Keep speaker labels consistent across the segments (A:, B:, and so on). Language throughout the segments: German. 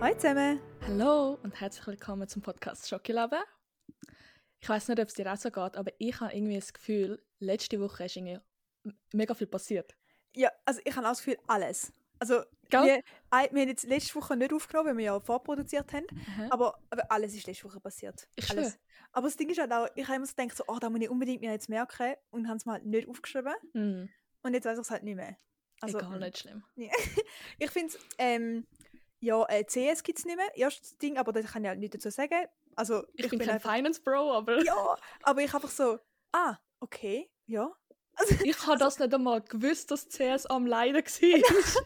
A: Hallo zusammen!
B: Hallo und herzlich willkommen zum Podcast Schokolabe. Ich weiß nicht, ob es dir auch so geht, aber ich habe irgendwie das Gefühl, letzte Woche ist irgendwie m- mega viel passiert.
A: Ja, also ich habe auch das Gefühl, alles. Also
B: Gell?
A: wir, ei- wir haben jetzt letzte Woche nicht aufgenommen, weil wir ja vorproduziert haben,
B: Aha.
A: aber, aber alles ist letzte Woche passiert.
B: Ich
A: alles.
B: schwöre.
A: Aber das Ding ist halt auch, ich habe immer so gedacht, so, oh, da muss ich unbedingt mir jetzt merken und habe es mal nicht aufgeschrieben
B: Mm,
A: und jetzt weiß ich es halt nicht mehr. Also,
B: Egal, nicht schlimm.
A: Ich finde es, ähm, ja, äh, CS gibt es nicht mehr, erstes Ding, aber da kann ich halt nichts dazu sagen. Also
B: Ich, bin kein
A: einfach,
B: Finance Bro, aber
A: Ja, aber ich einfach so, ah, okay, ja. Also,
B: ich habe das nicht einmal gewusst, dass CS am Leiden war.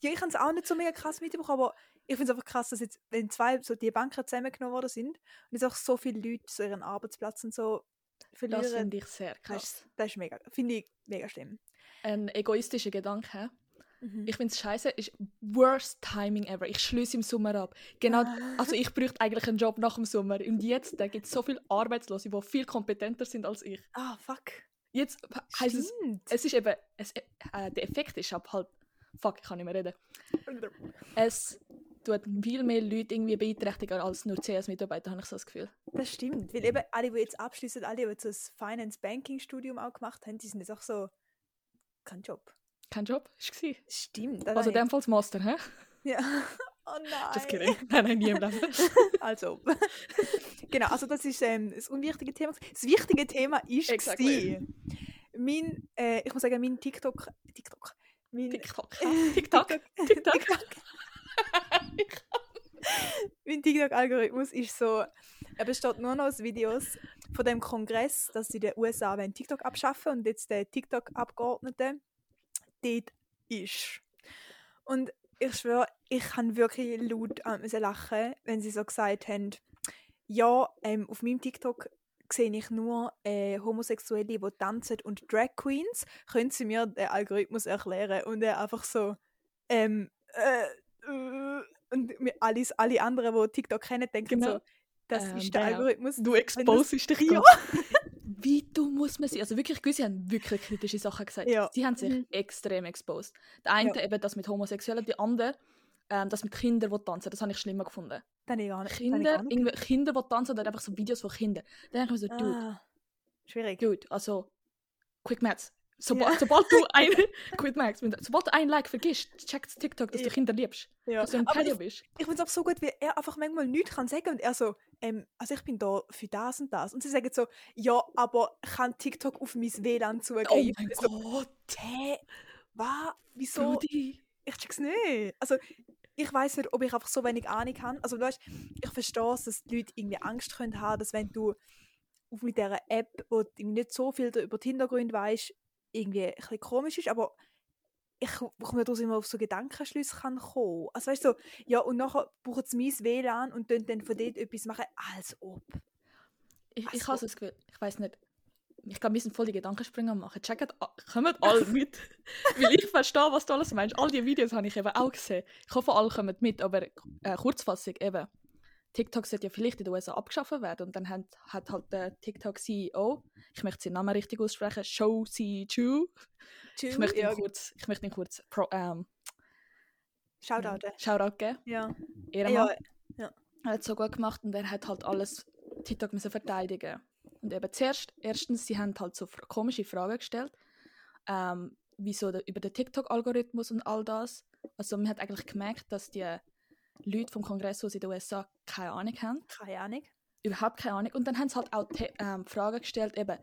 A: Ja, ich habe es auch nicht so mega krass mitbekommen, aber ich finde es einfach krass, dass jetzt, wenn zwei so die Banken zusammengenommen worden sind und jetzt auch so viele Leute so ihren Arbeitsplatz und so
B: das
A: verlieren,
B: finde ich sehr
A: das ist,
B: krass.
A: das ist mega, finde ich mega schlimm.
B: Ein egoistischer Gedanke.
A: Mhm.
B: Ich finde es scheiße, ist worst timing ever. Ich schließe im Sommer ab. Genau,
A: Ah.
B: also ich bräuchte eigentlich einen Job nach dem Sommer. Und jetzt gibt es so viele Arbeitslose, die viel kompetenter sind als ich.
A: Ah, fuck.
B: Jetzt äh, heißt es,
A: Stimmt.
B: es ist eben, es, äh, der Effekt ist ab halt, fuck, ich kann nicht mehr reden. Es tut viel mehr Leute irgendwie beeinträchtigen als nur CS-Mitarbeiter, habe ich so das Gefühl.
A: Das stimmt, weil eben alle, die jetzt abschließen, alle, die jetzt so das Finance-Banking-Studium auch gemacht haben, die sind jetzt auch so, kein Job.
B: Kein Job, ist gsi.
A: Stimmt. das
B: Also in
A: habe
B: dem Fall das Master, hä?
A: ich- Ja. Oh nein.
B: Just kidding. Nein, nein, nie im Leben.
A: Also, genau, also das ist ähm, das unwichtige Thema. Das wichtige Thema ist
B: Exactly.
A: gewesen, mein, äh, ich muss sagen, mein TikTok, TikTok, mein
B: TikTok, hä? TikTok, TikTok.
A: mein TikTok-Algorithmus ist so, er besteht nur noch aus Videos von dem Kongress, dass sie in den USA wollen TikTok abschaffen und jetzt der TikTok-Abgeordnete dort ist. Und ich schwöre, ich kann wirklich laut an müssen lachen, wenn sie so gesagt haben, ja, ähm, auf meinem TikTok sehe ich nur äh, Homosexuelle, die tanzen und Drag Queens. Können Sie mir den Algorithmus erklären? Und er einfach so, ähm, äh, äh, und wir alles, alle anderen, die TikTok kennen, denken
B: Genau.
A: so, das
B: Ähm,
A: ist der
B: der.
A: Algorithmus.
B: Du exposest dich
A: Ja.
B: gerade. Wie dumm muss man sein? Also wirklich, gewisse haben wirklich kritische Sachen gesagt.
A: Ja.
B: Sie haben sich
A: Mhm.
B: extrem exposed. Der eine eben das mit Homosexuellen, die andere ähm, das mit Kindern, die tanzen. Das habe ich schlimmer gefunden.
A: Dann ich gar nicht. dann ich
B: Kinder,
A: gar nicht.
B: irgendwie Kinder, die tanzen, oder einfach so Videos von Kindern. Dann denke ich mir so, dude,
A: Ah, schwierig.
B: dude, also, Quick Maths. Sobald,
A: Ja.
B: sobald du ein Quick Maths, sobald du ein Like vergisst, checkt Tiktok, dass
A: Ja.
B: du Kinder liebst,
A: Ja. Ah,
B: dass du also ein
A: Aber
B: Pedo bist.
A: ich finde es auch so gut, wie er einfach manchmal nichts kann sagen und er so, ähm, also ich bin da für das und das. Und sie sagen so, ja, aber kann TikTok auf mein WLAN zugehen?
B: Oh mein
A: so,
B: Gott,
A: Hä? Was? Wieso?
B: Brudi.
A: Ich check's nicht. Also ich weiß nicht, ob ich einfach so wenig Ahnung habe. Also weißt, ich verstehe es, dass die Leute irgendwie Angst können haben, dass wenn du auf mit dieser App, wo du irgendwie nicht so viel über die Hintergründe weißt, irgendwie ein bisschen komisch ist, aber ich komme daraus immer auf so Gedankenschlüsse kann kommen. Also weißt du, so, ja und nachher brauchen sie mein WLAN und tun dann von dort etwas machen, als ob.
B: Ich, ich
A: Also-
B: habe so das Gefühl, ich weiß nicht. Ich glaube, wir sind voll die Gedankensprünge am machen. Checkt, a- kommt alle mit. Weil ich verstehe, was du alles meinst. All die Videos habe ich eben auch gesehen. Ich hoffe, alle kommen mit, aber äh, Kurzfassung eben. TikTok sollte ja vielleicht in den USA abgeschafft werden und dann hat, hat halt der TikTok-CEO, ich möchte seinen Namen richtig aussprechen, Show Si Chu. Ich möchte
A: ja,
B: ihn kurz, ich möchte ihn kurz pro, ähm,
A: Shoutout. äh.
B: Shoutout geben.
A: Ja.
B: Ehrenmann.
A: Ja,
B: Er hat so gut gemacht und er hat halt alles TikTok müssen verteidigen. Und eben zuerst, erstens, sie haben halt so fr- komische Fragen gestellt, ähm, wie so der, über den TikTok-Algorithmus und all das. Also man hat eigentlich gemerkt, dass die Leute vom Kongress aus in den USA keine Ahnung haben,
A: keine Ahnung.
B: überhaupt keine Ahnung. Und dann haben sie halt auch te- ähm, Fragen gestellt, eben,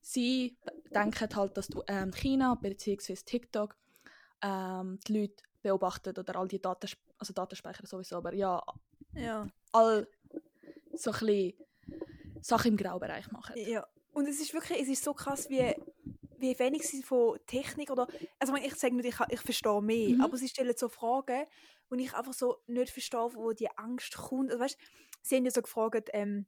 B: sie denken halt, dass du ähm, China bzw. TikTok ähm, die Leute beobachtet oder all die Daten, also Datenspeicher sowieso, aber ja,
A: Ja.
B: all so ein bisschen Sachen im Graubereich machen.
A: Ja, und es ist wirklich, es ist so krass, wie, wie wenig sie von Technik oder, also ich, meine, ich sage nicht, ich, ha- ich verstehe mehr,
B: Mhm.
A: aber sie stellen so Fragen und ich einfach so nicht verstehe, wo die Angst kommt. Also weißt, sie haben ja so gefragt, ähm,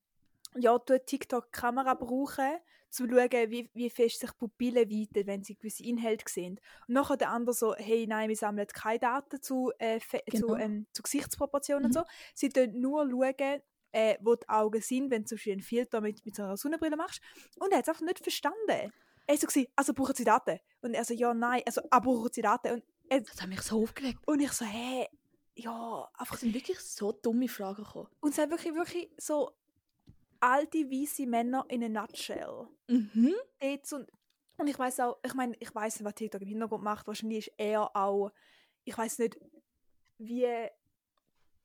A: ja, tut TikTok die Kamera brauchen, zu schauen, wie, wie fest sich Pupillen weiten, wenn sie gewisse Inhalte sehen. Und nachher der andere so, hey, nein, wir sammeln keine Daten zu, äh, Fe-
B: Genau.
A: zu, ähm, zu Gesichtsproportionen und
B: Mhm.
A: so. Sie tun nur schauen, äh, wo die Augen sind, wenn du zum Beispiel einen Filter mit, mit so einer Sonnenbrille machst. Und er hat es einfach nicht verstanden. Er so war, also brauchen sie Daten? Und er so, ja, nein, also, aber brauchen sie Daten? Und,
B: Das hat mich so aufgeregt.
A: und ich so, hä? ja,
B: Es
A: einfach.
B: sind wirklich so dumme Fragen gekommen.
A: Und es sind wirklich, wirklich so alte, weiße Männer in a nutshell.
B: Mhm.
A: Dates und, und ich weiß auch, ich meine, ich weiß nicht, was TikTok im Hintergrund macht. Wahrscheinlich ist er auch, ich weiß nicht, wie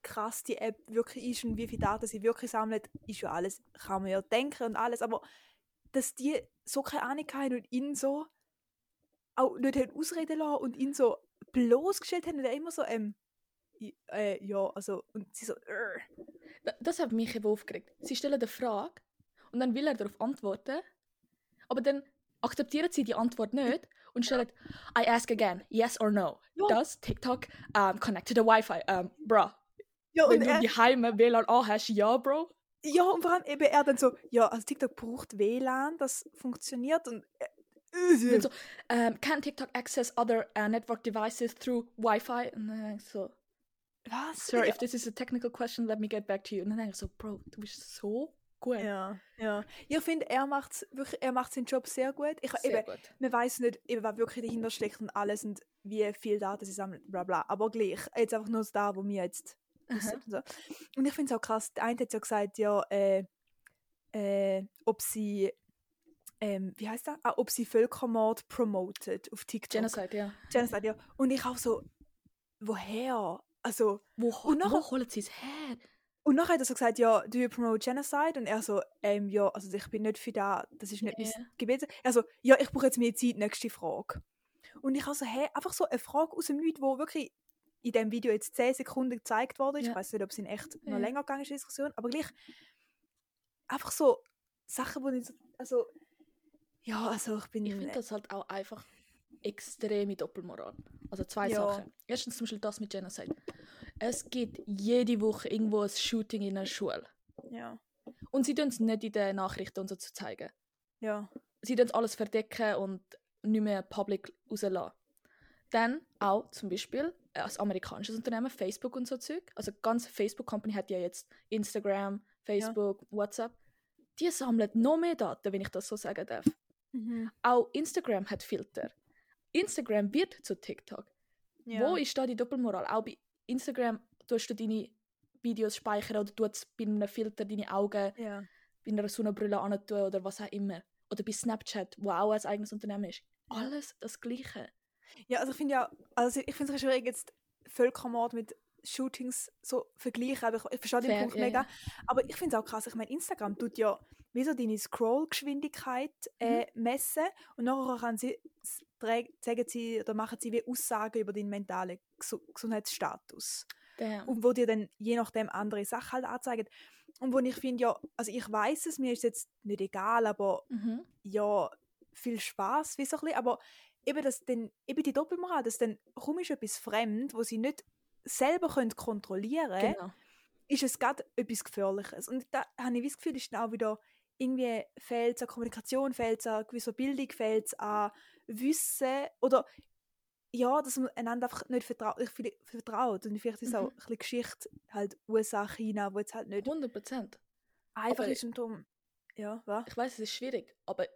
A: krass die App wirklich ist und wie viele Daten sie wirklich sammelt, ist ja alles, kann man ja denken und alles, aber dass die so keine Ahnung haben und ihn so auch nicht haben ausreden lassen und ihn so bloßgestellt haben und er immer so, ähm, i- äh, ja, also, und sie so, äh.
B: Da- Das hat mich eben aufgeregt. Sie stellen eine Frage und dann will er darauf antworten, aber dann akzeptieren sie die Antwort nicht und stellen I ask again, yes or no.
A: Ja.
B: Does TikTok um, connect to the Wi-Fi? Um, bro,
A: Ja, und
B: wenn du
A: er,
B: die heime WLAN anhast, ja, bro.
A: ja, und vor allem eben er dann so, ja, also TikTok braucht WLAN, das funktioniert und äh,
B: Dann so, ähm, can TikTok access other uh, network devices through Wi-Fi? Und dann denke ich so,
A: was?
B: Sir, if this is a technical question, let me get back to you. Und dann denke ich so, Bro, du bist so gut.
A: Ja, ja. Ich finde, er macht wirklich, er macht seinen Job sehr gut. Ich,
B: Sehr
A: eben,
B: gut.
A: man weiß nicht, eben, was wirklich dahinter steckt und alles und wie viel Daten sie sammeln, bla bla. Aber gleich, jetzt einfach nur da, wo wir jetzt wissen und so. Und ich finde es auch krass, der eine hat ja gesagt, ja, äh, äh, ob sie, ähm, wie heißt das? Ah, ob sie Völkermord promotet auf TikTok.
B: Genocide, ja.
A: Genocide, ja. Und ich auch so, woher? Also,
B: Wo,
A: Und nachher-
B: wo holen sie es her?
A: Und nachher hat er so gesagt, ja, do you promote genocide? Und er so, ähm, ja, also ich bin nicht für da, das ist nicht
B: Ja.
A: mein Gebiet. Er so, ja, ich brauche jetzt mehr Zeit, nächste Frage. Und ich auch so, hey, einfach so eine Frage aus dem Nichts, wo wirklich in dem Video jetzt 10 Sekunden gezeigt wurde.
B: Ja.
A: Ich weiß nicht, ob es in echt
B: Ja.
A: noch länger gegangen ist, die Diskussion, aber gleich einfach so Sachen, wo ich so, also, ja, also ich bin...
B: Ich finde das halt auch einfach extreme Doppelmoral. Also zwei
A: Ja.
B: Sachen. Erstens zum Beispiel das mit Genocide. Es gibt jede Woche irgendwo ein Shooting in einer Schule.
A: ja,
B: Und sie tun es nicht in den Nachrichten und so zu zeigen.
A: ja,
B: Sie tun alles verdecken und nicht mehr public rauslassen. Dann auch zum Beispiel äh, als amerikanisches Unternehmen, Facebook und so Zeug. Also ganz Facebook-Company hat ja jetzt Instagram, Facebook, WhatsApp. Die sammeln noch mehr Daten, wenn ich das so sagen darf.
A: mhm.
B: Auch Instagram hat Filter. Instagram wird zu TikTok.
A: ja.
B: Wo ist da die Doppelmoral? Auch bei Instagram tust du deine Videos speichern oder tust bei einem Filter deine Augen
A: ja.
B: bei einer Sonnenbrille an tun oder was auch immer. Oder bei Snapchat, wo auch ein eigenes Unternehmen ist.
A: Ja.
B: Alles das Gleiche.
A: Ja, also ich finde ja, also ich finde es schwierig, jetzt Völkermord mit Shootings so vergleichen, aber ich, ich verstehe den
B: Fair,
A: Punkt
B: ja,
A: mega.
B: ja.
A: Aber ich finde es auch krass, ich meine, Instagram tut ja wie so deine Scrollgeschwindigkeit äh,
B: Mhm.
A: messen und nachher kann sie, s- trä- sagen sie oder machen sie wie Aussagen über deinen mentalen Gesu- Gesundheitsstatus.
B: Damn.
A: Und wo dir dann je nachdem andere Sachen halt anzeigen. Und wo ich finde ja, also ich weiß es, mir ist jetzt nicht egal, aber
B: Mhm.
A: ja, viel Spaß, wie so ein bisschen, aber eben, das dann, eben die Doppelmoral, dass dann kaum ist etwas fremd, wo sie nicht selber können kontrollieren können,
B: Genau.
A: ist es gerade etwas Gefährliches. Und da habe ich wie das Gefühl, ist dann auch wieder irgendwie fehlt es an Kommunikation, fehlt es an gewisser Bildung, fehlt es an Wissen oder ja, dass man einander einfach nicht vertraut, ich finde, vertraut. Und vielleicht ist es
B: Mhm.
A: auch ein bisschen Geschichte, halt USA, China, wo jetzt halt nicht
B: 100 Prozent.
A: einfach
B: aber-
A: ist und drum. Ja, was?
B: Ich weiß, es ist schwierig, aber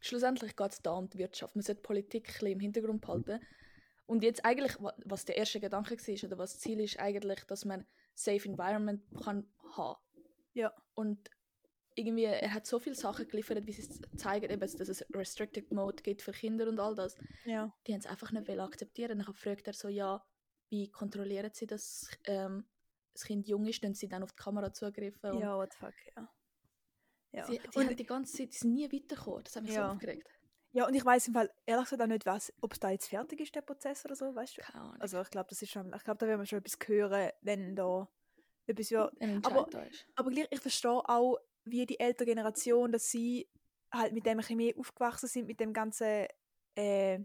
B: schlussendlich geht es da um die Wirtschaft. Man sollte die Politik ein bisschen im Hintergrund behalten. Und jetzt eigentlich, wa- was der erste Gedanke war oder was das Ziel ist, eigentlich, dass man Safe Environment kann haben
A: Ja.
B: Und irgendwie, er hat so viele Sachen geliefert, wie sie es zeigen, eben, dass es Restricted Mode gibt für Kinder und all das.
A: Ja.
B: Die haben es einfach nicht wollen akzeptieren. Dann fragt er so, ja, wie kontrollieren sie, dass ähm, das Kind jung ist, dann sie dann auf die Kamera zugreifen. und-
A: Ja, what the fuck, ja. ja.
B: Sie, die
A: und,
B: haben die ganze Zeit die sind nie weitergekommen. Das hat mich
A: Ja.
B: so aufgeregt.
A: ja, und ich weiß im Fall ehrlich gesagt auch nicht, was, ob es da jetzt fertig ist, der Prozess oder so, weißt du?
B: Keine Ahnung.
A: Also ich glaube, das ist schon, ich glaube, da werden wir schon etwas hören, wenn da etwas wird.
B: Ein Entscheid
A: aber-
B: da ist.
A: Aber gleich, ich verstehe auch, wie die ältere Generation, dass sie halt mit dem ein bisschen mehr aufgewachsen sind, mit dem ganzen äh,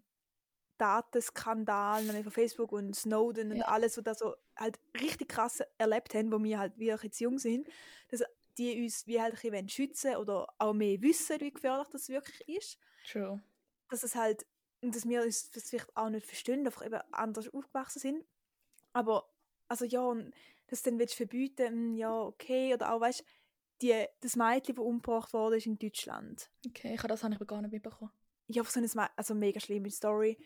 A: Datenskandal nämlich von Facebook und Snowden und
B: Ja.
A: alles, was da so halt richtig krass erlebt haben, wo wir halt wir jetzt jung sind, dass die uns wie halt ein bisschen schützen wollen oder auch mehr wissen, wie gefährlich das wirklich ist
B: True.
A: dass es halt, und dass wir uns das vielleicht auch nicht verstehen, einfach eben anders aufgewachsen sind. Aber, also ja, und das dann willst du verbieten, hm, ja, okay, oder auch, weißt du, die- das Mädchen, das umgebracht wurde, ist in Deutschland.
B: Okay, ich habe das habe ich aber gar nicht mitbekommen.
A: Ich hoffe, so eine Sme- also mega schlimme Story.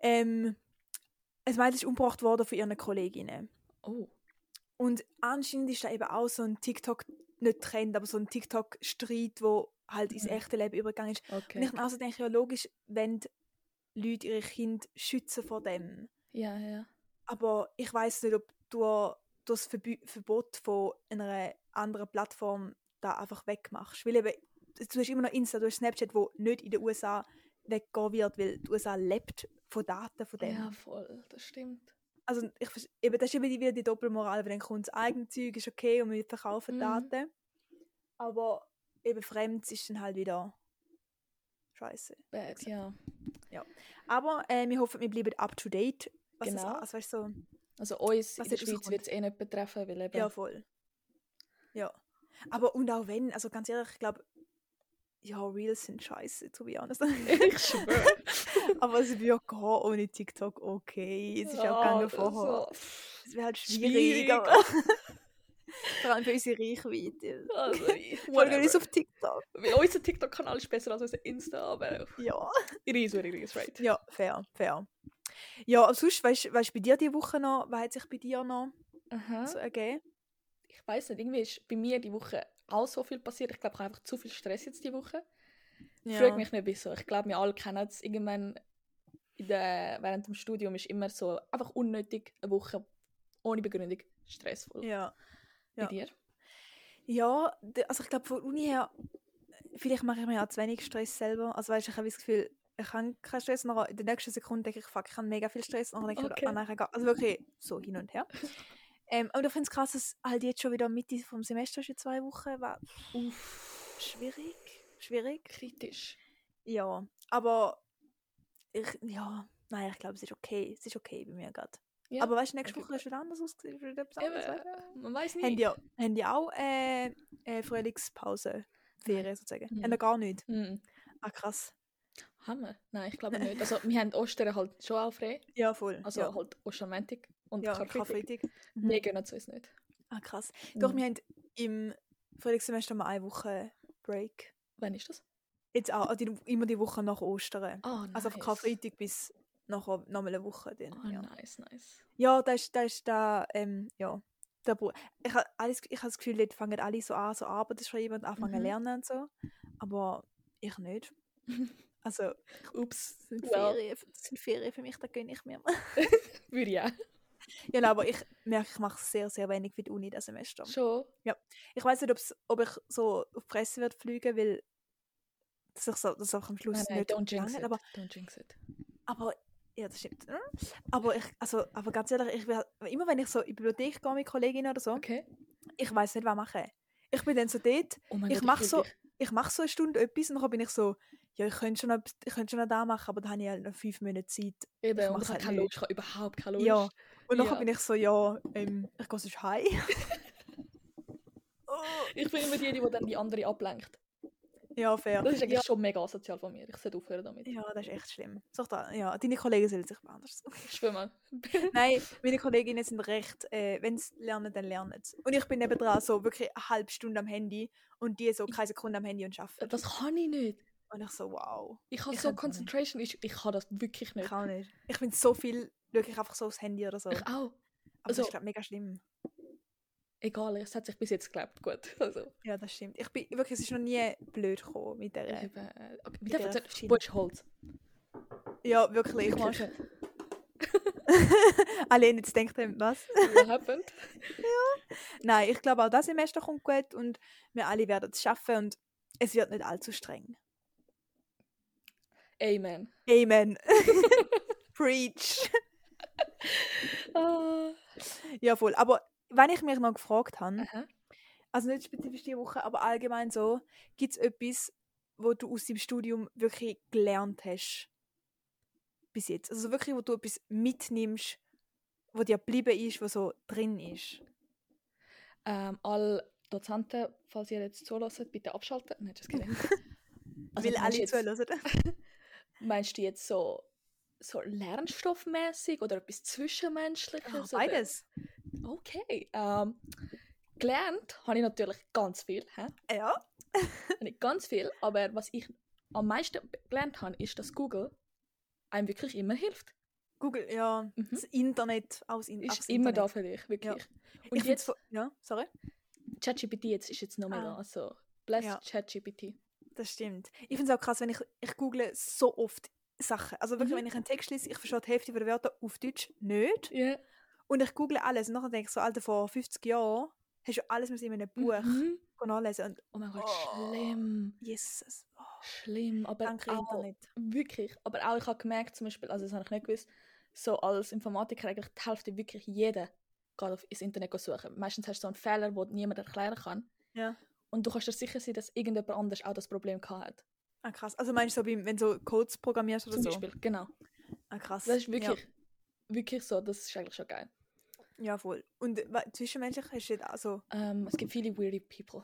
A: Ähm, ein Mädchen ist umgebracht worden von ihren Kolleginnen.
B: Oh.
A: Und anscheinend ist da eben auch so ein TikTok, nicht Trend, aber so ein TikTok-Streit, wo halt ins
B: Mhm.
A: echte Leben übergegangen ist. Und
B: Okay.
A: ich mir auch so denke, ja, logisch, wenn die Leute ihre Kinder schützen vor dem.
B: Ja, ja.
A: Aber ich weiß nicht, ob du das Verbü- Verbot von einer anderen Plattform da einfach wegmachst. Weil eben, du hast immer noch Insta, du hast Snapchat, wo nicht in den USA weggehen wird, weil die USA lebt von Daten von dem.
B: Ja, voll. Das stimmt.
A: Also ich, vers- eben, das ist eben die- wieder die Doppelmoral, weil dann kommt das eigene Zeug, ist okay und wir verkaufen
B: Mhm.
A: Daten. Aber eben Fremd ist dann halt wieder scheiße.
B: Bad, Äh, ja.
A: Aber äh, wir hoffen, wir bleiben up to date. Was genau.
B: Genau.
A: Das, also, weißt du, so,
B: Also
A: Was
B: uns in der
A: jetzt
B: Schweiz
A: rauskommt.
B: wird es eh nicht betreffen, weil eben...
A: Ja, voll. Ja. Aber und auch wenn, also ganz ehrlich, ich glaube, ja, Reels sind scheiße, to be honest.
B: ich schwöre.
A: Aber es würde ja gehen ohne TikTok, okay. Es ist auch gegangen vorher. Es wäre halt schwierig.
B: Schwierig.
A: aber Vor allem für unsere Reichweite.
B: Also,
A: Folgen uns
B: whatever.
A: auf TikTok.
B: Weil unser TikTok-Kanal ist besser als unser Insta, aber
A: Ja.
B: it is what it is, right?
A: Ja, fair, fair. Ja, aber sonst, weißt du bei dir diese Woche noch, was hat sich bei dir noch
B: Aha.
A: so ergeben?
B: ich weiß nicht, irgendwie ist bei mir die Woche auch so viel passiert. Ich glaube, ich habe einfach zu viel Stress jetzt die Woche. Ich frage mich nicht wieso. Ich glaube, wir alle kennen es. Irgendwann in der, während dem Studium ist immer so einfach unnötig eine Woche ohne Begründung stressvoll.
A: Ja. ja.
B: Bei dir?
A: Ja, d- also ich glaube, von der Uni her, vielleicht mache ich mir auch zu wenig Stress selber. Also weißt, du, ich habe das Gefühl, ich habe keinen Stress, nachher in der nächsten Sekunde denke ich, fuck, ich habe mega viel Stress, nachher denke ich,
B: Okay.
A: ah, nein, ich habe gar- also wirklich so hin und her. ähm, aber ich finde es krass, dass halt jetzt schon wieder Mitte vom Semester ist in zwei Wochen, war
B: Uff.
A: schwierig, schwierig.
B: Kritisch.
A: Ja, aber ich, ja, nein, ich glaube, es ist okay, es ist okay bei mir gerade.
B: Ja,
A: aber weißt du, nächste
B: auf jeden
A: Woche ist wieder anders ausgesehen, wieder etwas
B: Eben,
A: anderes. weißt
B: man weiß
A: du? Haben
B: nicht.
A: die, haben die auch äh, äh, Frühlingspause? Ferien sozusagen.
B: Mhm.
A: Haben die gar nicht.
B: Mhm.
A: Ah, krass.
B: Hammer. Nein, ich glaube nicht. Also, wir haben Ostern halt schon auch frei.
A: Ja, voll.
B: Also
A: ja.
B: halt Ostermäntig und
A: ja,
B: Karfreitag.
A: Karfreitag. Mhm.
B: Wir gehen zu uns nicht.
A: Ah, krass. Doch,
B: Mhm.
A: wir haben im Frühlingssemester mal eine Woche Break.
B: Wann ist das?
A: Jetzt auch, also die- immer die Woche nach Ostern.
B: Ah, nice.
A: Also auf Karfreitag bis nachher nochmal eine Woche. Dann,
B: Ah,
A: ja.
B: nice, nice.
A: ja, das ist, das ist da, ähm, ja. Der Bru- ich habe alles, ich habe das Gefühl, dort fangen alle so an, so Arbeiten schreiben und anfangen zu
B: Mhm.
A: lernen und so. Aber ich nicht. Also,
B: Ups.
A: Das sind,
B: Well.
A: Ferien, das sind Ferien für mich, da gönne ich mir.
B: Würde ja.
A: ja, nein, aber ich merke, ich mache sehr, sehr wenig für die Uni dieses Semester.
B: Schon.
A: Ich weiß nicht, ob's, ob ich so auf die Presse wird fliegen, weil dass ich so, dass auch am Schluss
B: Nein, nein,
A: nicht
B: don't jinx
A: gelangt,
B: it.
A: aber,
B: don't jinx it.
A: aber ja, das stimmt. Aber ich, also, aber ganz ehrlich, ich will, immer wenn ich so in die Bibliothek gehe mit Kolleginnen oder so,
B: Okay.
A: ich weiß nicht, was machen. Ich bin dann so dort,
B: Oh mein
A: Ich
B: Gott,
A: mach
B: fühl
A: so-
B: dich.
A: ich mache so eine Stunde etwas und dann bin ich so, ja, ich könnte schon noch, ich könnte schon noch da machen, aber dann habe ich halt noch fünf Minuten Zeit.
B: Eben,
A: ich
B: und
A: mach's
B: ich habe
A: halt
B: keine
A: nicht.
B: Lust, ich habe überhaupt keine Lust.
A: Ja. Und nachher
B: Ja.
A: bin ich so, ja, ähm, ich gehe sonst heim. oh,
B: Ich bin immer die, die dann die andere ablenkt.
A: ja, fair.
B: Das ist eigentlich
A: ja,
B: schon mega asozial von mir. Ich sollte aufhören damit.
A: ja, das ist echt schlimm. Sag da, ja, deine Kollegen sollen sich mal anders.
B: Ich schwöre mal.
A: Nein, meine Kolleginnen sind recht, äh, wenn sie lernen, dann lernen sie. Und ich bin eben dran, so wirklich eine halbe Stunde am Handy und die so keine Sekunde am Handy und arbeiten.
B: Das kann ich nicht.
A: Und ich so, wow,
B: Ich habe
A: Ich kann's
B: so
A: auch nicht.
B: Concentration. Ich, ich kann das wirklich
A: ich
B: nicht.
A: kann nicht. Ich finde so viel, wirklich einfach so aufs Handy oder so. Aber
B: Ich auch.
A: das
B: also-
A: ist, glaube mega schlimm.
B: Egal, es hat sich bis jetzt geklappt. Gut. Also,
A: Ja, das stimmt. Ich bin, wirklich, es ist noch nie blöd gekommen mit der...
B: eben, äh, okay.
A: mit
B: Mit
A: der
B: der
A: Schiene.
B: Butch Holz.
A: Ja, wirklich, ich
B: Wirklich.
A: mache Allein jetzt denkt er, was?
B: What happened?
A: Nein, ich glaube auch das Semester kommt gut und wir alle werden es schaffen und es wird nicht allzu streng.
B: Amen.
A: Amen. Preach.
B: Ah.
A: Ja, voll. Aber wenn ich mich noch gefragt habe,
B: Aha.
A: also nicht spezifisch diese Woche, aber allgemein so, gibt es etwas, wo du aus dem Studium wirklich gelernt hast? Bis jetzt. Also wirklich, wo du etwas mitnimmst, wo dir geblieben ist, wo so drin ist.
B: Ähm, alle Dozenten, falls ihr jetzt zulässt, bitte abschalten. Nein, just kidding. Also
A: Weil
B: meinst du
A: alle
B: jetzt-
A: zuhören.
B: Meinst du jetzt so, so lernstoffmäßig oder etwas Zwischenmenschliches? oder-
A: Ah, Beides.
B: Okay. Ähm, gelernt habe ich natürlich ganz viel. Hä?
A: Ja.
B: Nicht ganz viel, aber was ich am meisten gelernt habe, ist, dass Google einem wirklich immer hilft.
A: Google, ja,
B: Mhm.
A: das Internet aus in,
B: Ist
A: aufs
B: immer
A: Internet.
B: da für dich, wirklich.
A: Ich
B: Und
A: find's
B: jetzt,
A: so- ja, sorry,
B: ChatGPT jetzt ist jetzt noch mehr
A: Ah.
B: da. Also, bless
A: Ja.
B: ChatGPT.
A: das stimmt. Ich finde es auch krass, wenn ich, ich google so oft Sachen. Also wirklich,
B: Mhm.
A: wenn ich einen Text lese, ich verstehe die Hälfte der Wörter auf Deutsch nicht.
B: Ja.
A: Und ich google alles und nachher denke ich so, Alter, vor 50 Jahren hast du alles müssen in einem Buch
B: Mhm.
A: nachlesen und
B: Oh mein Gott,
A: Oh.
B: schlimm.
A: Jesus, oh,
B: Schlimm. Aber
A: danke
B: auch,
A: Internet.
B: wirklich. Aber auch, ich habe gemerkt, zum Beispiel, also das habe ich nicht gewusst, so als Informatiker eigentlich die Hälfte wirklich jeder geht auf ins Internet suchen. Meistens hast du so einen Fehler, den niemand erklären kann.
A: Ja.
B: Und du kannst dir sicher sein, dass irgendjemand anders auch das Problem gehabt hat.
A: Ah, krass. Also meinst du, so beim, wenn du so Codes programmierst oder
B: Zum
A: so?
B: Beispiel, genau.
A: Ah, krass.
B: Das ist wirklich, wirklich so, das ist eigentlich schon geil.
A: Ja, ja voll. Und äh, wa- zwischenmenschlich hast du dort auch so...
B: Ähm, es gibt viele weirdy people.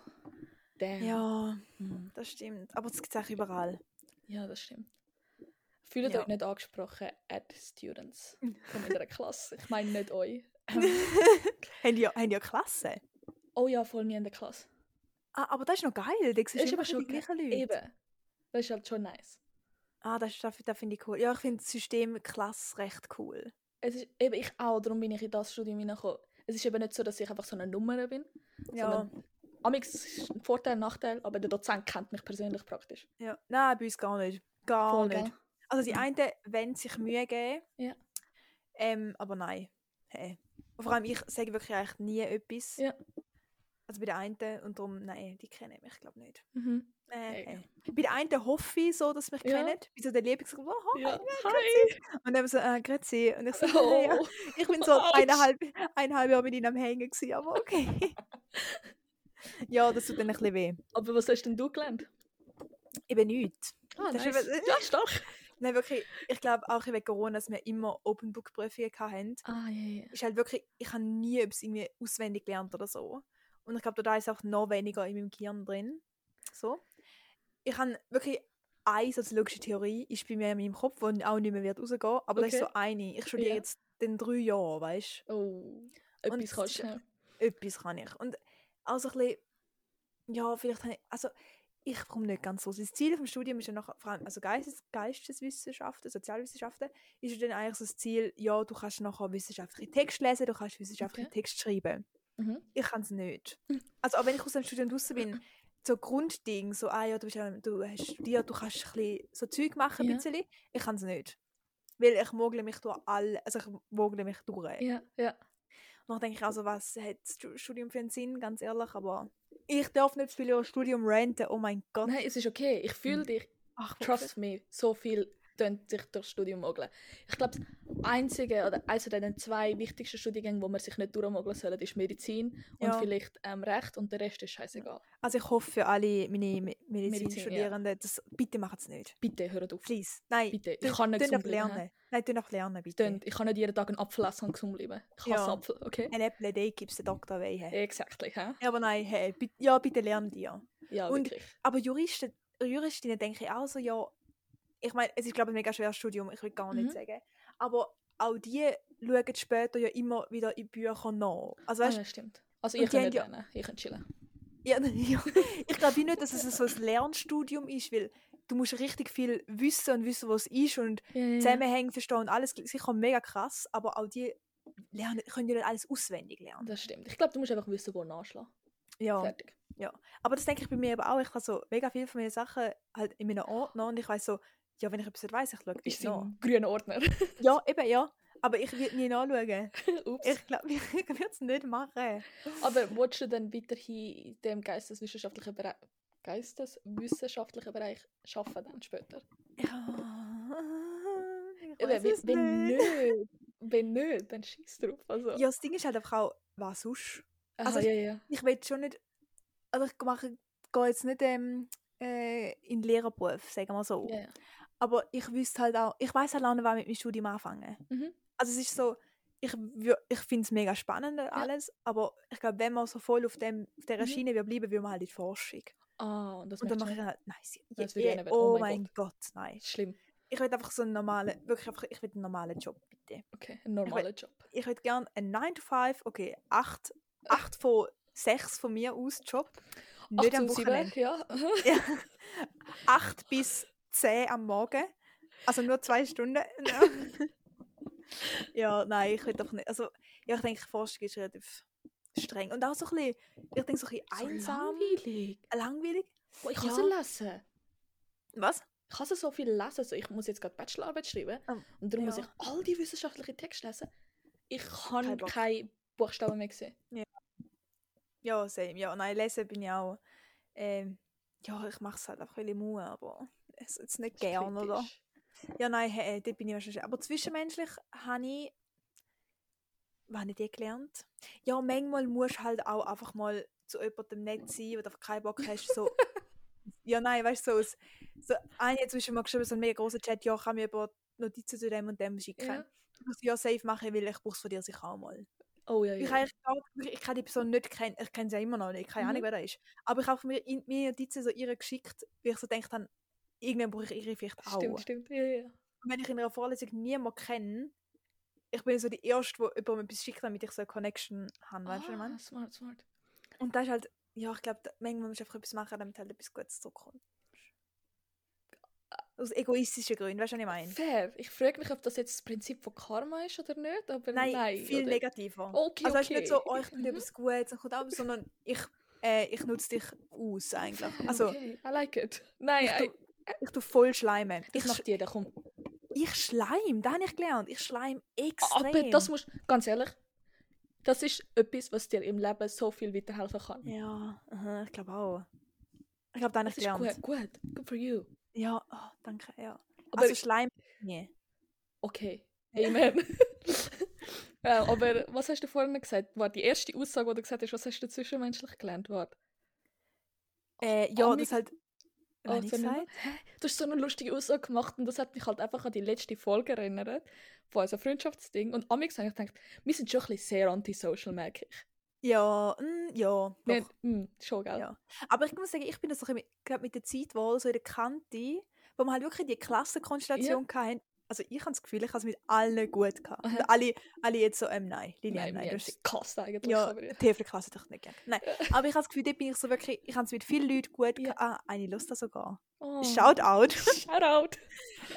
B: Damn.
A: Ja,
B: Mhm.
A: das stimmt. Aber das gibt es auch überall.
B: ja, das stimmt. Fühlt
A: Ja.
B: euch nicht angesprochen, at Students von unserer Klasse. Ich meine nicht euch. Ähm,
A: Haben die ja, haben die ja Klasse?
B: Oh ja, voll mir in der Klasse.
A: Ah, aber das ist noch geil. Da siehst du
B: Ist aber
A: immer
B: schon
A: die gleichen Leute.
B: Eben. Das ist halt schon nice.
A: Ah, das, ist- das, das finde ich cool. Ja, ich finde das System Klasse recht cool.
B: Es ist eben ich auch, darum bin ich in das Studium hineingekommen. Es ist eben nicht so, dass ich einfach so eine Nummer bin.
A: Ja,
B: Amix ist ein Vorteil, Nachteil, aber der Dozent kennt mich persönlich praktisch.
A: ja. Nein, bei uns gar nicht. Gar
B: Voll,
A: nicht.
B: gell? Mhm.
A: Also die einen wollen sich Mühe geben.
B: Ja.
A: Ähm, aber nein. Hey. Und Vor allem ich sage wirklich eigentlich nie etwas.
B: Ja.
A: Also bei der einen und darum, nein, die kennen mich, glaube nicht.
B: Mhm.
A: Äh,
B: Ja, ja.
A: äh. Bei der einen hoffe ich so, dass sie mich
B: Ja.
A: kennen. Bei so der Lieblingsgruppe, oh, hi.
B: Ja. Hi!
A: Und dann so, äh, grüezi. Und ich so,
B: Oh.
A: ja, ich bin so
B: Autsch.
A: eineinhalb, eineinhalb Jahre mit ihnen am Hängen gewesen, aber okay. ja, das tut dann ein bisschen weh.
B: Aber was hast denn du gelernt?
A: Eben nichts.
B: Ah,
A: Das ist eben-
B: Ja, stark!
A: Nein, wirklich, ich glaube auch wegen Corona, dass wir immer Open-Book-Prüfungen hatten.
B: Ah, ja, ja.
A: ist halt wirklich, ich habe nie etwas irgendwie auswendig gelernt oder so. Und ich glaube, da ist auch noch weniger in meinem Gehirn drin. So. Ich habe wirklich eine soziologische Theorie, ist bei mir in meinem Kopf, die auch nicht mehr wird rausgehen, aber das ist
B: Okay.
A: so eine. Ich studiere
B: Ja.
A: jetzt den drei Jahre, weißt
B: Oh.
A: Und
B: Etwas
A: es
B: kannst
A: ist
B: du. nicht.
A: du? Etwas kann ich. Und auch so ein bisschen, ja, vielleicht habe ich, also ich komme nicht ganz so. Das Ziel vom Studium ist ja nachher, vor allem, also Geistes, Geisteswissenschaften, Sozialwissenschaften, ist ja dann eigentlich so das Ziel, ja, du kannst nachher wissenschaftliche Texte lesen, du kannst wissenschaftliche
B: Okay. Hm.
A: Texte schreiben.
B: Mhm.
A: ich kann es nicht. Also auch wenn ich aus dem Studium draußen bin, so Grundding, so ah ja, du, bist, ja- du hast studiert, du kannst ein bisschen so Zeug machen,
B: Ja.
A: ein bisschen, ich kann es nicht. Weil ich mogle mich durch alle, also ich mogle mich durch.
B: Ja, ja.
A: Und dann denke ich also, was hat das Stu- Studium für einen Sinn, ganz ehrlich, aber ich darf nicht viel über das Studium ranten, oh mein Gott.
B: Nein, es ist okay. Ich fühle
A: Mhm.
B: dich.
A: Ach,
B: Trust me. So viel tönt sich durchs Studium mogeln. Ich glaube, das einzige oder eines von den zwei wichtigsten Studiengängen, wo man sich nicht durchmogeln soll, ist Medizin
A: Ja.
B: und vielleicht ähm, Recht und der Rest ist scheißegal.
A: Also ich hoffe für alle meine Me-
B: Medizin, ja.
A: Medizinstudierenden, das, bitte machen es nicht.
B: Bitte hört auf.
A: Please. Nein,
B: Bitte. Ich
A: tun-
B: kann nicht
A: tun
B: gesund
A: doch
B: bleiben, hä?
A: lernen. Nein, tun doch lernen, bitte.
B: Tönt. Ich kann nicht jeden Tag einen Apfel essen und gesund bleiben. Ich hasse
A: Ja.
B: Apfel, okay?
A: Ein Apple a day gibst du den Doktor weh. hä?
B: Exactly, hä?
A: Ja, aber nein, hey, bit- ja, bitte lernt ihr.
B: Ja,
A: Und-
B: wirklich.
A: Aber Juristen, Juristinnen denke ich auch so, ja, ich meine, es ist, glaube ich, ein mega schweres Studium, ich will gar nicht
B: Mhm.
A: sagen. Aber auch die schauen später ja immer wieder in Büchern nach. Also
B: Ah,
A: weißt
B: ja, stimmt. Also
A: und
B: ich
A: die
B: kann
A: haben
B: nicht
A: ja-
B: lernen. Ich kann chillen.
A: ja, ja, ich glaube nicht, dass es so ein Lernstudium ist, weil du musst richtig viel wissen und wissen, was es ist und
B: Ja, ja, ja.
A: Zusammenhänge verstehen und alles. Sicher mega krass, aber auch die lernen, können ja nicht alles auswendig lernen.
B: Das stimmt. Ich glaube, du musst einfach wissen, wo nachschlagen.
A: Ja.
B: Fertig.
A: Aber das denke ich bei mir aber auch. Ich habe so mega viel von meinen Sachen halt in meinen Ordner und ich weiß so, ja, wenn ich etwas nicht weiss, ich schaue
B: Ist
A: das nach.
B: im grünen Ordner.
A: Ja, eben, ja. Aber ich würde nie nachschauen.
B: Ups.
A: Ich glaube, ich würde es nicht machen.
B: Aber willst du dann weiterhin in dem geisteswissenschaftlichen Bereich, geisteswissenschaftlichen Bereich arbeiten dann später?
A: Ja. Ich
B: Eben,
A: weiss es
B: wenn, wenn
A: nicht.
B: nicht, wenn nicht, dann schieß drauf. Also,
A: Ja, das Ding ist halt einfach auch, was sonst?
B: Aha,
A: also ich-
B: ja, ja.
A: Ich will schon nicht, also ich mache, gehe jetzt nicht ähm, äh, in den Lehrerberuf, sagen wir mal so.
B: ja, ja.
A: Aber ich wüsste halt auch, ich weiß halt auch nicht, wann ich mit meinem Studium anfangen.
B: Mhm.
A: also es ist so, ich, wür- ich finde es mega spannend und alles, aber ich glaube, wenn man so voll auf, dem, auf dieser
B: Mhm.
A: Schiene wir bleiben, will man halt in die Forschung.
B: Ah, und das
A: und dann mache
B: merkst
A: ich
B: du
A: dann halt, nein, sie-
B: Das
A: je,
B: würde
A: je,
B: ich auch nicht wollen.
A: oh mein Gott, nein.
B: nicht. Schlimm.
A: Ich will einfach so einen normalen, wirklich einfach, ich will einen normalen Job, bitte.
B: Okay, ein normaler Job.
A: Ich würde gerne einen 9-to-5, okay, 8, 8 von 6 von mir aus Job. Nicht
B: Acht
A: am
B: zu sieben,
A: Wochenende.
B: ja.
A: 8 bis 10 am Morgen. Also nur zwei Stunden. Ja. Ja, nein, ich will doch nicht. Also, ja, ich denke, Forschung ist relativ streng. Und auch so ein bisschen, ich denke, so ein bisschen einsam,
B: langweilig.
A: langweilig.
B: Boah, ich
A: Ja.
B: hasse lesen.
A: Was?
B: Ich hasse so viel lesen. Also ich muss jetzt gerade Bachelorarbeit schreiben.
A: Ähm,
B: und darum muss
A: ja.
B: ich all die wissenschaftlichen Texte lesen. Ich
A: Kein
B: kann
A: Bock.
B: keine Buchstaben mehr sehen.
A: Ja, same. Ja, nein, lesen bin ich auch. Ähm, ja, ich mache es halt einfach ein bisschen Mühe, aber es ist nicht
B: Das ist
A: gern, oder?
B: kritisch.
A: Ja, nein, hey, dort bin ich wahrscheinlich. Aber zwischenmenschlich habe ich. Was habe ich die gelernt? Ja, manchmal musst du halt auch einfach mal zu jemandem nett sein, weil du einfach keinen Bock hast. So, ja, nein, weißt du, so, ein- so eine hat zwischen mal geschrieben, so ein mega großer Chat, ja, kann mir aber Notizen zu dem und dem schicken.
B: Ja.
A: Ich muss ja safe machen, weil ich brauche es von dir sicher auch mal.
B: Oh ja,
A: Ich,
B: ja.
A: habe eigentlich gar- wirklich- ich kann die Person nicht kennen, ich kenne sie ja immer noch nicht, keine
B: Mhm.
A: Ahnung, wer das ist. Aber ich habe von mir, in, mir Notizen so ihre geschickt, weil ich so denke, dann, irgendwann brauche ich ihre vielleicht auch.
B: Stimmt, stimmt. Ja, ja.
A: Und wenn ich in einer Vorlesung niemanden kenne, ich bin so die Erste, die jemandem etwas schickt, damit ich so eine Connection habe, weißt du,
B: ah,
A: man?
B: smart, smart.
A: Und das ist halt, ja, ich glaube, manchmal musst du einfach etwas machen, damit halt etwas Gutes zurückkommt. Aus egoistischen Gründen, weißt du, was ich meine?
B: Fair. Ich frage mich, ob das jetzt das Prinzip von Karma ist oder nicht. Aber
A: Nein,
B: nein.
A: viel
B: oder?
A: negativer.
B: Okay,
A: also es ist
B: okay.
A: nicht so, oh, ich tue dir
B: Mhm.
A: etwas Gutes und kommt ab, sondern ich, äh, ich nutze dich aus eigentlich. Also
B: Okay, I like it. Nein,
A: ich,
B: ich,
A: tue, ich tue voll schleimen.
B: ich,
A: Ich,
B: ich mach dir, den, komm.
A: ich schleim, das habe ich gelernt. Ich schleim extrem.
B: Ah, Aber das musst ganz ehrlich, das ist etwas, was dir im Leben so viel weiterhelfen kann.
A: Ja, aha, ich glaube auch. Ich glaube, da habe ich
B: das ist
A: gelernt.
B: gut, gut. Good for you.
A: Ja, oh, danke, ja.
B: Aber
A: also Schleim, nee.
B: okay. Amen. äh, aber was hast du vorhin gesagt? War die erste Aussage, die du gesagt hast, was hast du zwischenmenschlich gelernt? War?
A: Äh, ja,
B: Amig-
A: das halt... Was hab ich
B: so oh, nicht mehr.
A: gesagt?
B: Hä? Du hast so eine lustige Aussage gemacht und das hat mich halt einfach an die letzte Folge erinnert, von unserem Freundschaftsding. Und amigs habe ich gedacht, wir sind schon ein bisschen sehr antisocial, merke ich.
A: Ja, mm, ja,
B: Wir,
A: doch.
B: mh, schon, gell?
A: Ja. Aber ich muss sagen, ich bin das so ein bisschen mit, glaub, mit der Zeit geworden, so in der Kante, wo man halt wirklich die Klassenkonstellation ja. hatten. Also ich habe das Gefühl, ich habe es mit allen gut gehabt. Und
B: Aha.
A: alle, alle jetzt so, ähm, nein, Lilian, nein,
B: Nein, nein, wir
A: du
B: haben
A: hast
B: es gehasst eigentlich.
A: Ja,
B: aber ja.
A: Tefl-Klasse doch nicht gerne. Nein, aber ich habe das Gefühl, dort bin ich so wirklich, ich habe es mit vielen Leuten gut
B: Ja.
A: gehabt. Ah, eine Lust da sogar.
B: Oh.
A: Shoutout.
B: Shoutout.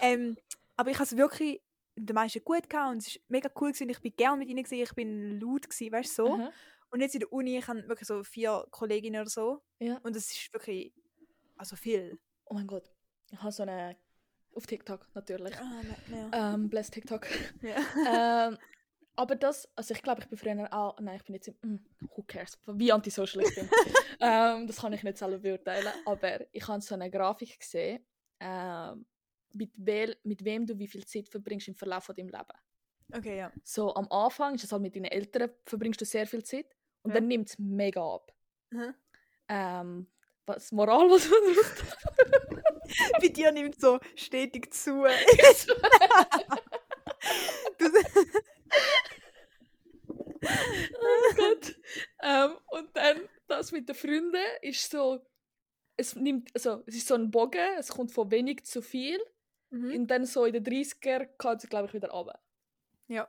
A: Ähm, aber ich habe es wirklich den meisten gut gehabt und es war mega cool. Gewesen. Ich bin gerne mit ihnen, gewesen, ich bin laut, gewesen, weißt du so.
B: Aha.
A: Und jetzt in der Uni, ich habe wirklich so vier Kolleginnen oder so.
B: Ja.
A: Und es ist wirklich, also viel.
B: Oh mein Gott. Ich habe so eine. Auf TikTok natürlich.
A: Ah, nicht mehr.
B: Ähm, bless TikTok.
A: Ja.
B: ähm, aber das. Also ich glaube, ich bin früher auch. Nein, ich bin jetzt. im- Mm, who cares? Wie antisocial ich bin. ähm, das kann ich nicht selber beurteilen. Aber ich habe so eine Grafik gesehen. Ähm, mit, wel, mit wem du wie viel Zeit verbringst im Verlauf von deinem Leben.
A: Okay, ja.
B: So am Anfang ist das halt mit deinen Eltern verbringst du sehr viel Zeit und
A: Ja.
B: dann nimmt es mega ab.
A: Mhm.
B: Ähm, was Moral was
A: Bei dir nimmt so stetig zu. du,
B: oh Gott. Ähm, und dann das mit den Freunden ist so es nimmt also es ist so ein Bogen, es kommt von wenig zu viel
A: mhm.
B: und dann so in den 30er geht es glaube ich wieder runter.
A: Ja.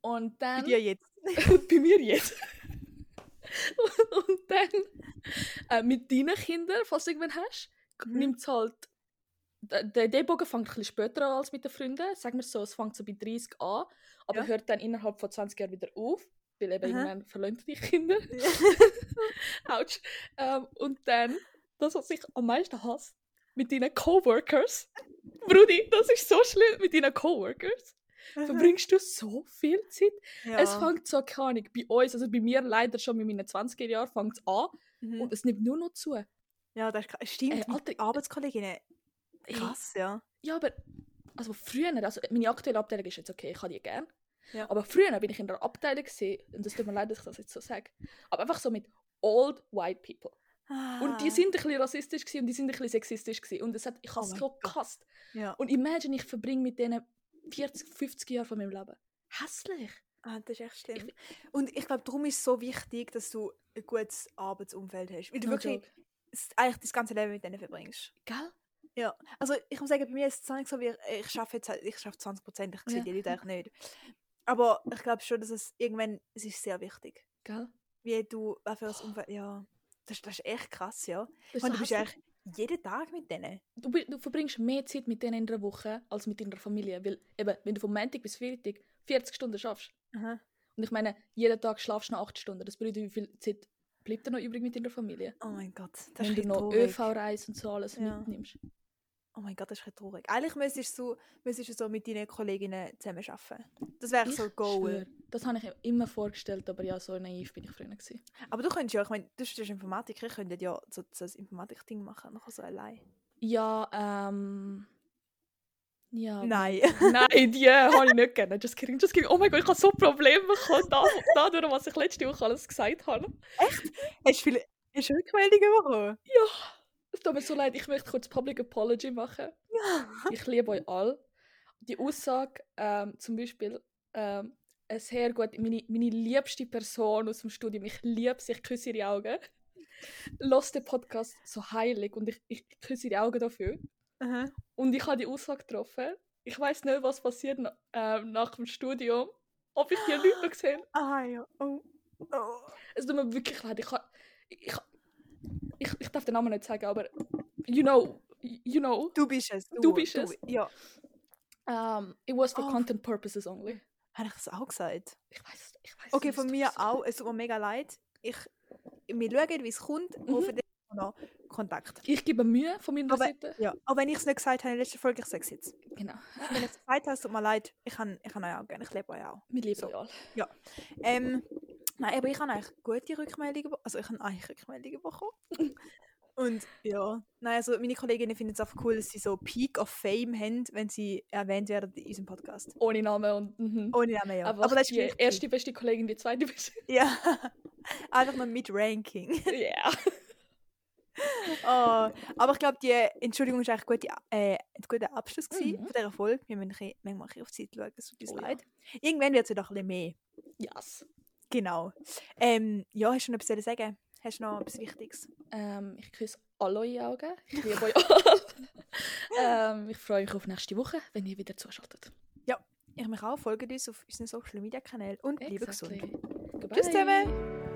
B: Und
A: Bei
B: dann
A: dir jetzt.
B: bei mir jetzt. und dann äh, mit deinen Kindern, falls du irgendwann hast,
A: Mhm.
B: nimmt es halt. Der, der der Bogen fängt ein bisschen später an als mit den Freunden. Sagen wir so, es fängt so bei 30 an, aber
A: Ja.
B: hört dann innerhalb von 20 Jahren wieder auf, weil eben
A: Aha.
B: irgendwann verlöhnt die Kinder. Autsch. Ähm, und dann, das, was ich am meisten hasse, mit deinen Coworkers. Brudi, das ist so schlimm mit deinen Coworkers. Verbringst du so viel Zeit
A: ja.
B: es fängt so, keine Ahnung, bei uns, also bei mir leider schon mit meinen 20er Jahren, fängt es an
A: Mhm.
B: und es nimmt nur noch zu.
A: ja, das ist krass. Stimmt,
B: Ey,
A: mit
B: Oh, Äh, Alter,
A: Arbeitskolleginnen.
B: Ey.
A: Krass, ja.
B: Ja, aber, also früher, also meine aktuelle Abteilung ist jetzt okay, ich habe die gern.
A: Ja.
B: Aber früher bin ich in einer Abteilung gewesen, und das tut mir leid, dass ich das jetzt so sage, aber einfach so mit old white people. Und die
A: Ah.
B: sind ein bisschen rassistisch gewesen, und die sind ein bisschen sexistisch gewesen und es hat, ich habe
A: Oh
B: es
A: mein
B: so
A: Gott.
B: gehasst.
A: Ah. Ja.
B: Und imagine, ich verbringe mit denen 40, 50 Jahre von meinem Leben. Hässlich.
A: Ah, das ist echt schlimm. und ich glaube, darum ist es so wichtig, dass du ein gutes Arbeitsumfeld hast. Weil du
B: No
A: wirklich
B: joke.
A: s- eigentlich das ganze Leben mit denen verbringst.
B: Gell?
A: Ja, also ich muss sagen, bei mir ist es nicht so, wie ich, ich schaffe jetzt halt- ich schaffe 20 Prozent, ich sehe
B: Ja.
A: die Leute eigentlich nicht. Aber ich glaube schon, dass es irgendwann, es ist sehr wichtig.
B: Gell?
A: Wie du, was für ein Umfeld, ja. Das, das ist echt krass, ja.
B: Das ist
A: Und
B: so
A: du bist
B: hässlich.
A: eigentlich, jeden Tag mit denen.
B: Du, bi- du verbringst mehr Zeit mit denen in der Woche als mit deiner Familie. Weil eben, wenn du vom Montag bis Freitag 40 Stunden schaffst
A: Aha.
B: und ich meine, jeden Tag schlafst du noch 8 Stunden, das bedeutet, wie viel Zeit bleibt dir noch übrig mit deiner Familie?
A: Oh mein Gott, das
B: Wenn
A: ist
B: du
A: ein
B: noch
A: traurig.
B: ÖV-Reise und so alles
A: Ja.
B: mitnimmst.
A: Oh mein Gott, das ist ein traurig. Eigentlich müsstest du, müsstest du so mit deinen Kolleginnen zusammen arbeiten. Das wäre so ein Goal.
B: schwör, das habe ich mir immer vorgestellt, aber ja, so naiv bin ich früher. Gewesen.
A: Aber du könntest ja, ich meine, du studierst Informatik, ihr könntet ja so, so ein Informatik-Ding machen, noch so allein.
B: Ja, ähm. Ja.
A: Nein.
B: Nein, die äh, habe ich nicht gerne. Just kidding, just kidding. Oh mein Gott, ich habe so Probleme bekommen, da, dadurch, was ich letzte Woche alles gesagt habe.
A: Hast du viele hast du Rückmeldungen bekommen?
B: Es tut mir so leid, ich möchte kurz Public Apology machen. Ich liebe euch alle. Die Aussage, ähm, zum Beispiel, ähm, sehr gut, meine, meine liebste Person aus dem Studium, ich liebe sie, ich küsse ihre Augen. Lass den Podcast so heilig und ich, ich küsse ihre Augen dafür.
A: Aha.
B: Und ich habe die Aussage getroffen. Ich weiß nicht, was passiert na- ähm, nach dem Studium. Ob ich die Leute noch sehe.
A: Ah ja. Oh. Oh.
B: Es tut mir wirklich leid. Ich, ha- ich, ich, ich darf den Namen nicht sagen, aber you know, you know.
A: Du bist es.
B: Du bist es.
A: Ja.
B: Um, it was for
A: Oh.
B: content purposes only.
A: Habe ich das auch gesagt?
B: Ich weiß, ich weiß.
A: Okay, von mir auch. Es tut mir mega leid. Ich, wir schauen, wie es kommt. Mhm. Hoffen noch Kontakt.
B: Ich gebe Mühe von meiner
A: Aber-
B: Seite.
A: Ja. Auch wenn ich es nicht gesagt habe in der letzten Folge, ich sage es jetzt.
B: Genau.
A: Wenn ich es gesagt habe, es tut mir leid. Ich kann, ich kann euch auch gerne. Ich lebe euch auch.
B: Wir lieben
A: So.
B: euch alle.
A: Ähm, nein, aber ich habe eigentlich gute Rückmeldungen bekommen. Also ich habe eigentlich Rückmeldungen bekommen. Und ja, nein, also meine Kolleginnen finden es einfach cool, dass sie so Peak of Fame haben, wenn sie erwähnt werden in unserem Podcast.
B: Ohne Namen und. mhm.
A: Ohne Namen, Oh, ja.
B: Aber,
A: das ist
B: die
A: wichtig.
B: erste beste Kollegin, die zweite beste.
A: Ja. Einfach nur mit Ranking.
B: Ja. Yeah.
A: Oh, aber ich glaube, die Entschuldigung ist eigentlich gute, äh, ein guter Abschluss gewesen
B: Mhm.
A: von dieser Folge. Wir müssen ein bisschen- manchmal ein bisschen auf die Zeit schauen, es tut uns
B: Oh ja.
A: leid. Irgendwann wird es wieder ein bisschen mehr.
B: Yes.
A: Genau. Ähm, ja, hast du noch etwas zu sagen? Hast du noch etwas Wichtiges?
B: Ähm, ich küsse alle eure Augen. Ich liebe euch alle. ähm, ich freue mich auf nächste Woche, wenn ihr wieder zuschaltet.
A: Ich mich auch, folgt uns auf unseren Social Media Kanälen und bleibt gesund.
B: Exactly. Goodbye.
A: Tschüss zusammen.